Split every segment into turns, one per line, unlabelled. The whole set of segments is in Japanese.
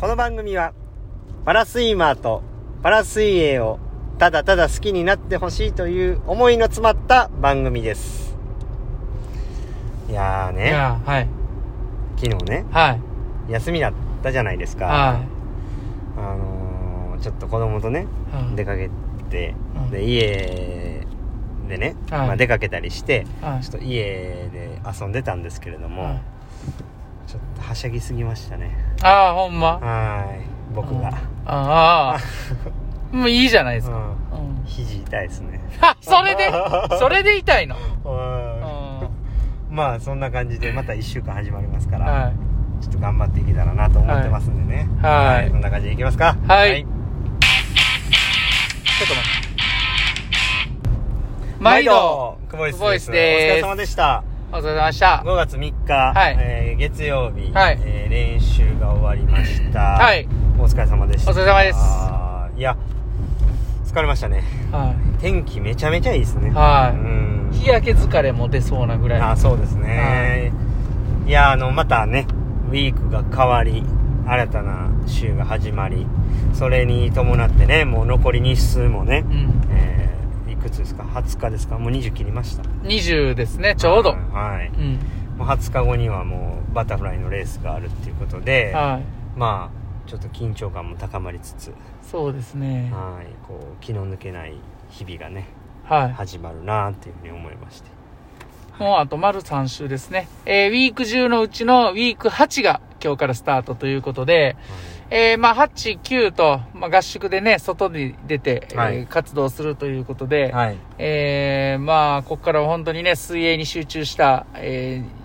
この番組は、パラスイマーとパラ水泳をただただ好きになってほしいという思いの詰まった番組です。いやー
い
ね、
やはい
昨日ね、
はい
休みだったじゃないですか。
は
あのーちょっと子供とね、
いはい
出かけて、
うん
で、家でね、
はい
まあ、出かけたりして、
はい
ちょっと家で遊んでたんですけれども、
はい
ちょっとはしゃぎすぎましたね。
ああほんま
はーい、僕が。
あ あもういいじゃないです
う
か、
ん
うん、
肘痛いですね。
あそれでそれで痛いの
うんまあそんな感じでまた1週間始まりますから、
は
ちょっと頑張っていけたらなと思ってますんでね
はい
そんな感じでいきますか
はい
ち
ち
ょ
ょ
っと待って
い毎度
久保井です
久保井です
お
です
疲れ様でした
お疲れ様でした
5月3日、
はい
えー月曜日、
はい
えー練習が終わりました
はい
お疲れ様でした
お疲れ様です
あーいや疲れましたね
は
天気めちゃめちゃいいですね
い、は
うん
い日焼け疲れも出そうなぐらい
あそうですね、い、やあのまたねウィークが変わり新たな週が始まりそれに伴ってねもう残り日数もね
う、ん
えーいくつですか20日ですかもう20切りました
20ですねちょうど
はい
うん
もう20日後にはもうバタフライのレースがあるっていうことで
はい
まあちょっと緊張感も高まりつつ、
そうですね
はいこう気の抜けない日々がね
はい
始まるなっていうふうに思いまして
もうあと丸3週ですね。えーウィーク10のうちのウィーク8が今日からスタートということで、えーまあ8、9と、まあ合宿でね、外に出て、えー
はい
活動するということで、
はい
えーまあここからは本当にね、水泳に集中した、えー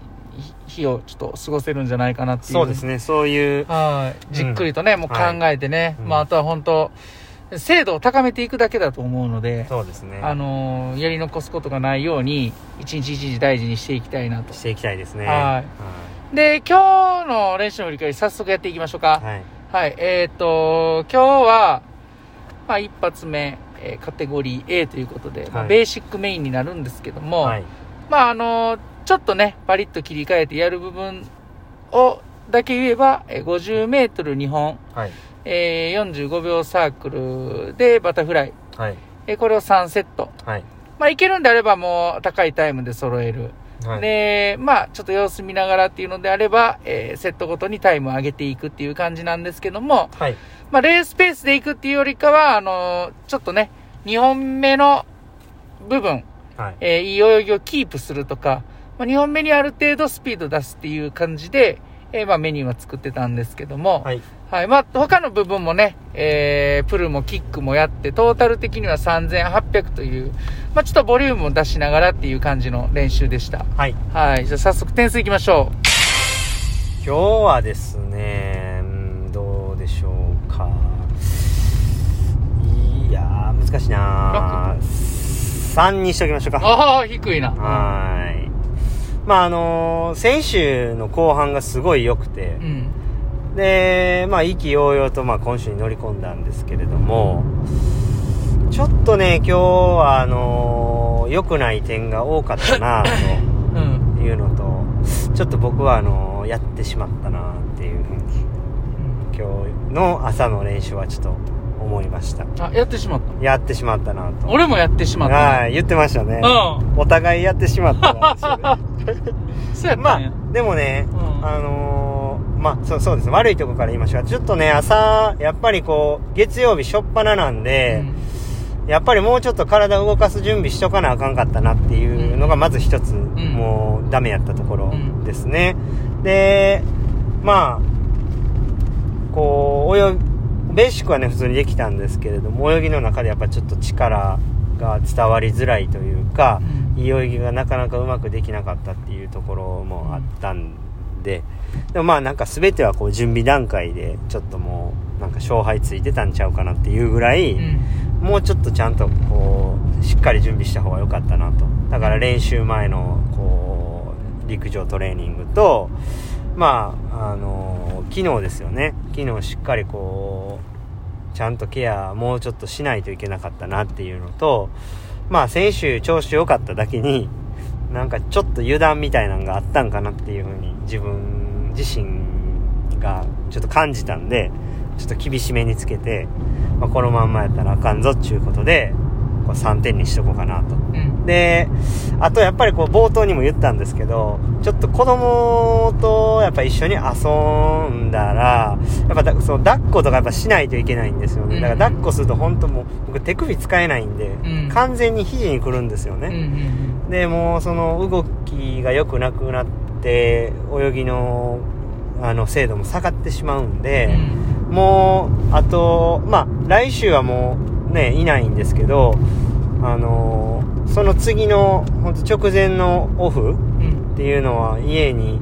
ひ日をちょっと過ごせるんじゃないかなっていう。
そうですねそういう
はい。じっくりとね、もう考えてね、
はい
まああとは本当、精度を高めていくだけだと思うので、
そうですね
あのーやり残すことがないように、一日一日大事にしていきたいなと
し。ていきたいですね。
はいで、今日の練習の振り返り、早速やっていきましょうか。
はい。
はい、えっ、と、今日は、まあ、一発目、えーカテゴリー A ということで、ま
は
あ、
い
ベーシックメインになるんですけども、
はい。
まあ、あのーちょっとね、パリッと切り替えてやる部分を、だけ言えば、えー50メートル2本、
はい。
えー45秒サークルでバタフライ、
はい。
えーこれを3セット。
はい。
まあ、いけるんであればもう高いタイムで揃える。
はい。
で、まあ、ちょっと様子見ながらっていうのであれば、えーセットごとにタイムを上げていくっていう感じなんですけども、
はい。
まあ、レースペースで行くっていうよりかは、あのーちょっとね、2本目の部分、
はい。
えーいい泳ぎをキープするとか、まあ、2本目にある程度スピード出すっていう感じで、えーまあ、メニューは作ってたんですけども、
はい。
はい。まあ、他の部分もね、えー、プルもキックもやって、トータル的には3800という、まあ、ちょっとボリュームも出しながらっていう感じの練習でした。
はい。
はい。じゃあ早速点数いきましょ
今日はですね、うんどうでしょうか。いやー、難しいなー。3にしときましょう
う。
か。
ああ、低いな。
はーい。まあ、あのー先週の後半がすごい良くて、
うん。
で、まあ、意気揚々と、まあ、今週に乗り込んだんですけれども、ちょっとね、今日は、あのー良くない点が多かった なと
うん。
いうのと、ちょっと僕は、あのーやってしまったなっていうふうに、今日の朝の練習はちょっと思いました。
あ、やってしまっ
やってしまったな
た。
と。
俺もやってしまった。
はい、言ってましたね。
う
お互いやってしまったなですよね。
ん。そうや った
ま
んや。
あ、でもね、
うん
あのーまあ、そう、そうです。悪いとこから言いましょうか。ちょっとね、朝、やっぱりこう、月曜日しょっぱななんで、やっぱりもうちょっと体動かす準備しとかなあかんかったなっていうのが、まず一つ、もう、ダメやったところですね。で、まあ、こう、泳ぎ、ベーシックはね、普通にできたんですけれども、泳ぎの中でやっぱちょっと力が伝わりづらいというか、
うん
いい泳ぎがなかなかうまくできなかったっていうところもあったんで、でもまあなんか全てはこう準備段階でちょっともうなんか勝敗ついてたんちゃうかなっていうぐらい、
うん。うん。
もうちょっとちゃんとこうしっかり準備した方が良かったなとだから練習前のこう陸上トレーニングとまああの昨日ですよね昨日しっかりこうちゃんとケアもうちょっとしないといけなかったなっていうのとまあ先週調子良かっただけになんかちょっと油断みたいなのがあったんかなっていうふうに自分自身がちょっと感じたんで、ちょっと厳しめにつけて、まあ、このまんまやったらあかんぞっちゅうことで、こう3点にしとこうかなと。
うん。
で、あとやっぱりこう冒頭にも言ったんですけど、ちょっと子供とやっぱ一緒に遊んだら、やっぱだその抱っことかやっぱしないといけないんですよね。だから抱っこすると本当もう僕手首使えないんで、
うん
完全に肘にくるんですよ
うん
ね。で、もうその動きが良くなくなって、泳ぎのあの精度も下がってしまうん
う
で、
んうん。
もう、あと、まあ、来週はもうね、いないんですけど、あのーその次の、ほんと直前のオフ
うん。
っていうのは家に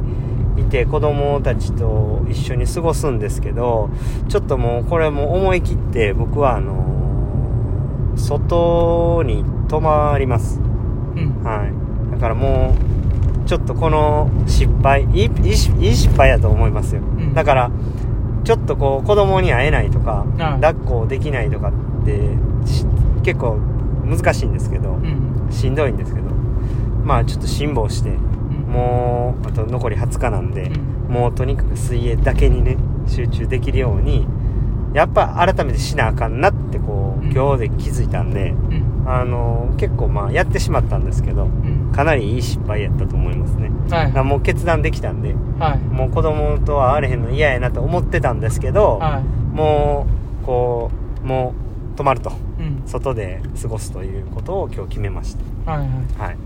いて子供たちと一緒に過ごすんですけど、ちょっともうこれもう思い切って僕はあのー外に泊まります。
うん。
はい。だからもう、ちょっとこの失敗、いい、いいしいい失敗やと思いますよ。
ん
だから、ちょっとこう、子供に会えないとか、
ああ
抱っこできないとかって、し結構難しいんですけど
う、ん。
しんどいんですけど、まあちょっと辛抱して、
うん。
もう、あと残り20日なん
う
で、
ん
もうとにかく水泳だけにね、集中できるように、やっぱ改めてしなあかんなってこう、
うん
今日で気づいたんで、
うん。
あの結構まあやってしまったんですけど
うん。
かなりいい失敗やったと思いますね
は
だ
い
から。もう決断できたんで
はい。
もう子供とは会われへんの嫌やなと思ってたんですけど、
は
もうこうもう泊まると
い。うん。
外で過ごすということを今日決めまし
はいは
たはい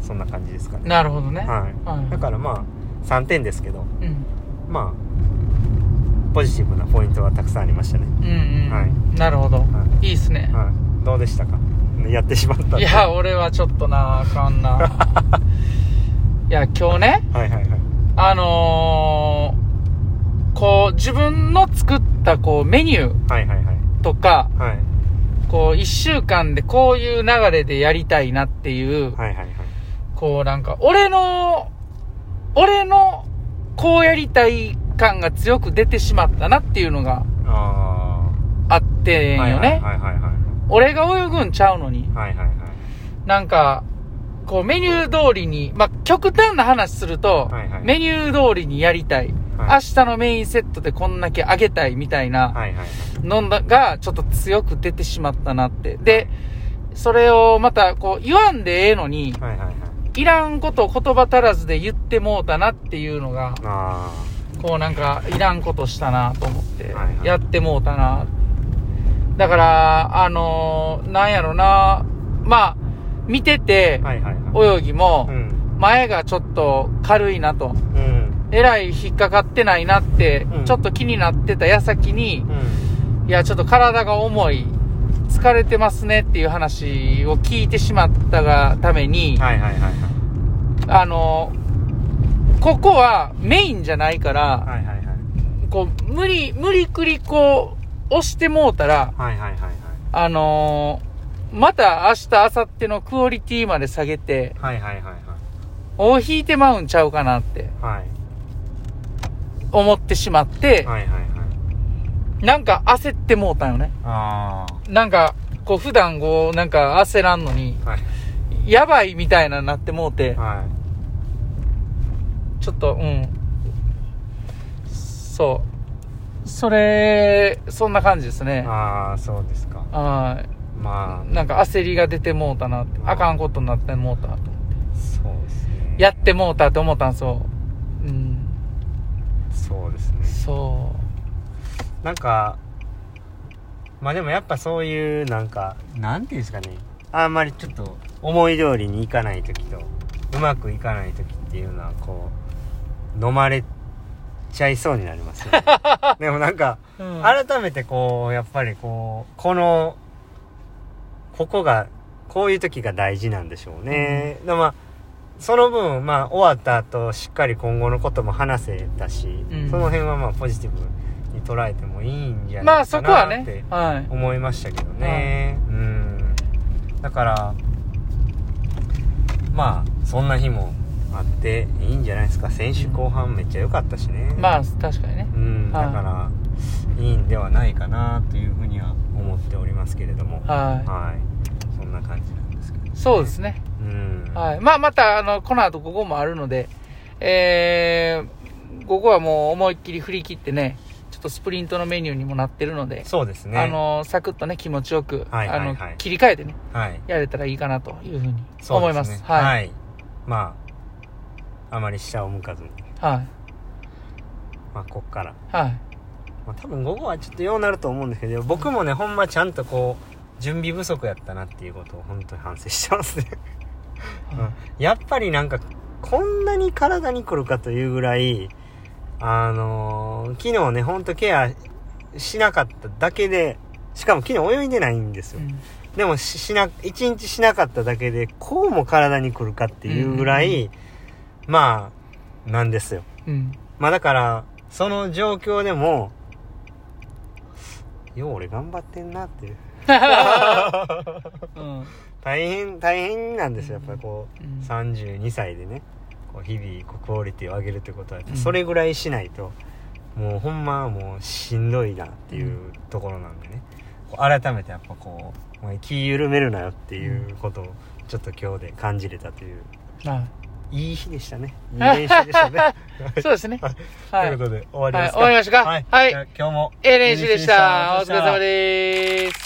そんな感じですか
い。
ね
なるほどね。
はい、
はい
だからまあ3点ですけど
うん。
まあポジティブなポイントはたくさんありましたね、
うんうん。
は
なるほど。、
はい
いっすね。
はい、どうでしたかやってしまった
いや、俺はちょっとな、あか んな。いや、今日ね、
はいはいはい
あのー、こう、自分の作った、こう、メニュー
はいはいはい
とか、
はい
こう、一週間でこういう流れでやりたいなっていう、
はいはいはい
こう、なんか、俺の、俺の、こうやりたい感が強く出てしまったなっていうのが
あ
あって
あ
んよね。
はいはいはい
俺が泳ぐんちゃうのに、
はいはいはい
なんか、こうメニュー通りに、まあ、極端な話すると、
はいはい
メニュー通りにやりたい,、
はい
明日のメインセットでこんだけあげたいみたい
は
な
いはいはい
のがちょっと強く出てしまったなって。で、それをまたこう言わんでええのに、
はいはいはい
いらんことを言葉足らずで言ってもうたなっていうのが、
あ
こうなんか、いらんことしたなと思って
はいは、い
やってもうたな。だから、あのーなんやろな、まあ、見てて
あ、はいはいはい
泳ぎ
う
も、
ん
前がちょっと軽いなと、
うん
えらい引っかかってないなって
うん、
ちょっと気になってた矢先に、
うん
いや、ちょっと体が重い、疲れてますねっていう話を聞いてしまったがために、
はいはいはいはい
あのーここはメインじゃないから、
はいはいはい
こう、無理、無理くりこう、押してもうたら、
はいはいはいはい
あのーまた明日、明後日のクオリティまで下げて、
はいはいはいはい
を引いてまうんちゃうかなって
はい
思ってしまっ
は
て、
いはいはい
なんか焦ってもうたんよね。
あ
なんか、こう普段こう、なんか焦らんのに、
あはい
やばいみたいななってもうて、
は
ちょっと、うん。そう。それ、そんな感じです
い
ね。
ああそうですか
はい。
ま
なんか焦りが出てもうたなって、あかんことになってもうたと思って。
あそうですね
やってもうたと思ったんすよ。うん。
そうですね
そ
なんかまあでもやっぱそういうなんかなんていうんですかねあんまりちょっと思い通りにいかない時とうまくいかない時っていうのはこう飲まれちゃいそうになります よねでもなんか
う。うん
改めてこうやっぱりこうこのここがこういう時が大事なんでしょうね、でまあその分まあ終わった後しっかり今後のことも話せたし、
うん
その辺はまあポジティブに捉えてもいいんじゃ
ま
ない
あそ
か
こは
なって
ね、はい。
思いましたけどね、うんだからまあそんな日もあっていいんじゃないですか先週後半めっちゃ良かったしね、
まあ確かにね。
うん、
はい
だからいいんではないかなというふうには思っておりますけれども、
は
はい、そんな感じなんですけど、
い。そうですね。
うん、
はい。まあまた、あの、この後午後もあるので、えー、午後はもう思いっきり振り切ってね、ちょっっとスプリントのメニューにもなってるので、
そうですね。
あ、の、サクッとね、気持ちよく、
はいはいはい
あの、切り替えてね、
はい。
やれたらいいかなというふうに
そう
思
で
い
ね
ます。
は
はい。
い。まあ、あまり下を向かずに、
はい。
まあ、こっから。
はい。
まあ、多分午後はちょっとようなると思うんですけど、僕もね、ほんまちゃんとこう、準備不足やったなっていうことを本当に反省してますね。うんやっぱりなんか、こんなに体に来るかというぐらい、あのー昨日ね、ほんとケアしなかっただけで、しかも昨日泳いでないんですよ。
うん
でもししな、一日しなかっただけで、こうも体に来るかっていうぐらい、まあ、なんですよ。
うん。
まあだから、その状況でも、よう俺頑張ってんなって いう。
うん。
大変、大変なんですよ。やっぱりこう、
うん
32歳でね、こう日々こうクオリティを上げるってことは、
うん
それぐらいしないと、もうほんまもうしんどいなっていうところなんでね。こう改めてやっぱこう、お前気緩めるなよっていうことを、ちょっと今日で感じれたという、
はい
い日でした ね。いい練習でしたね。
い。 そうですね。は
とい
い。
うことで終わりますか、
はい終わりましょうか
はい。
はい
じゃあ今日も
えー練習でし
い
た。
い
お疲れ様でーす。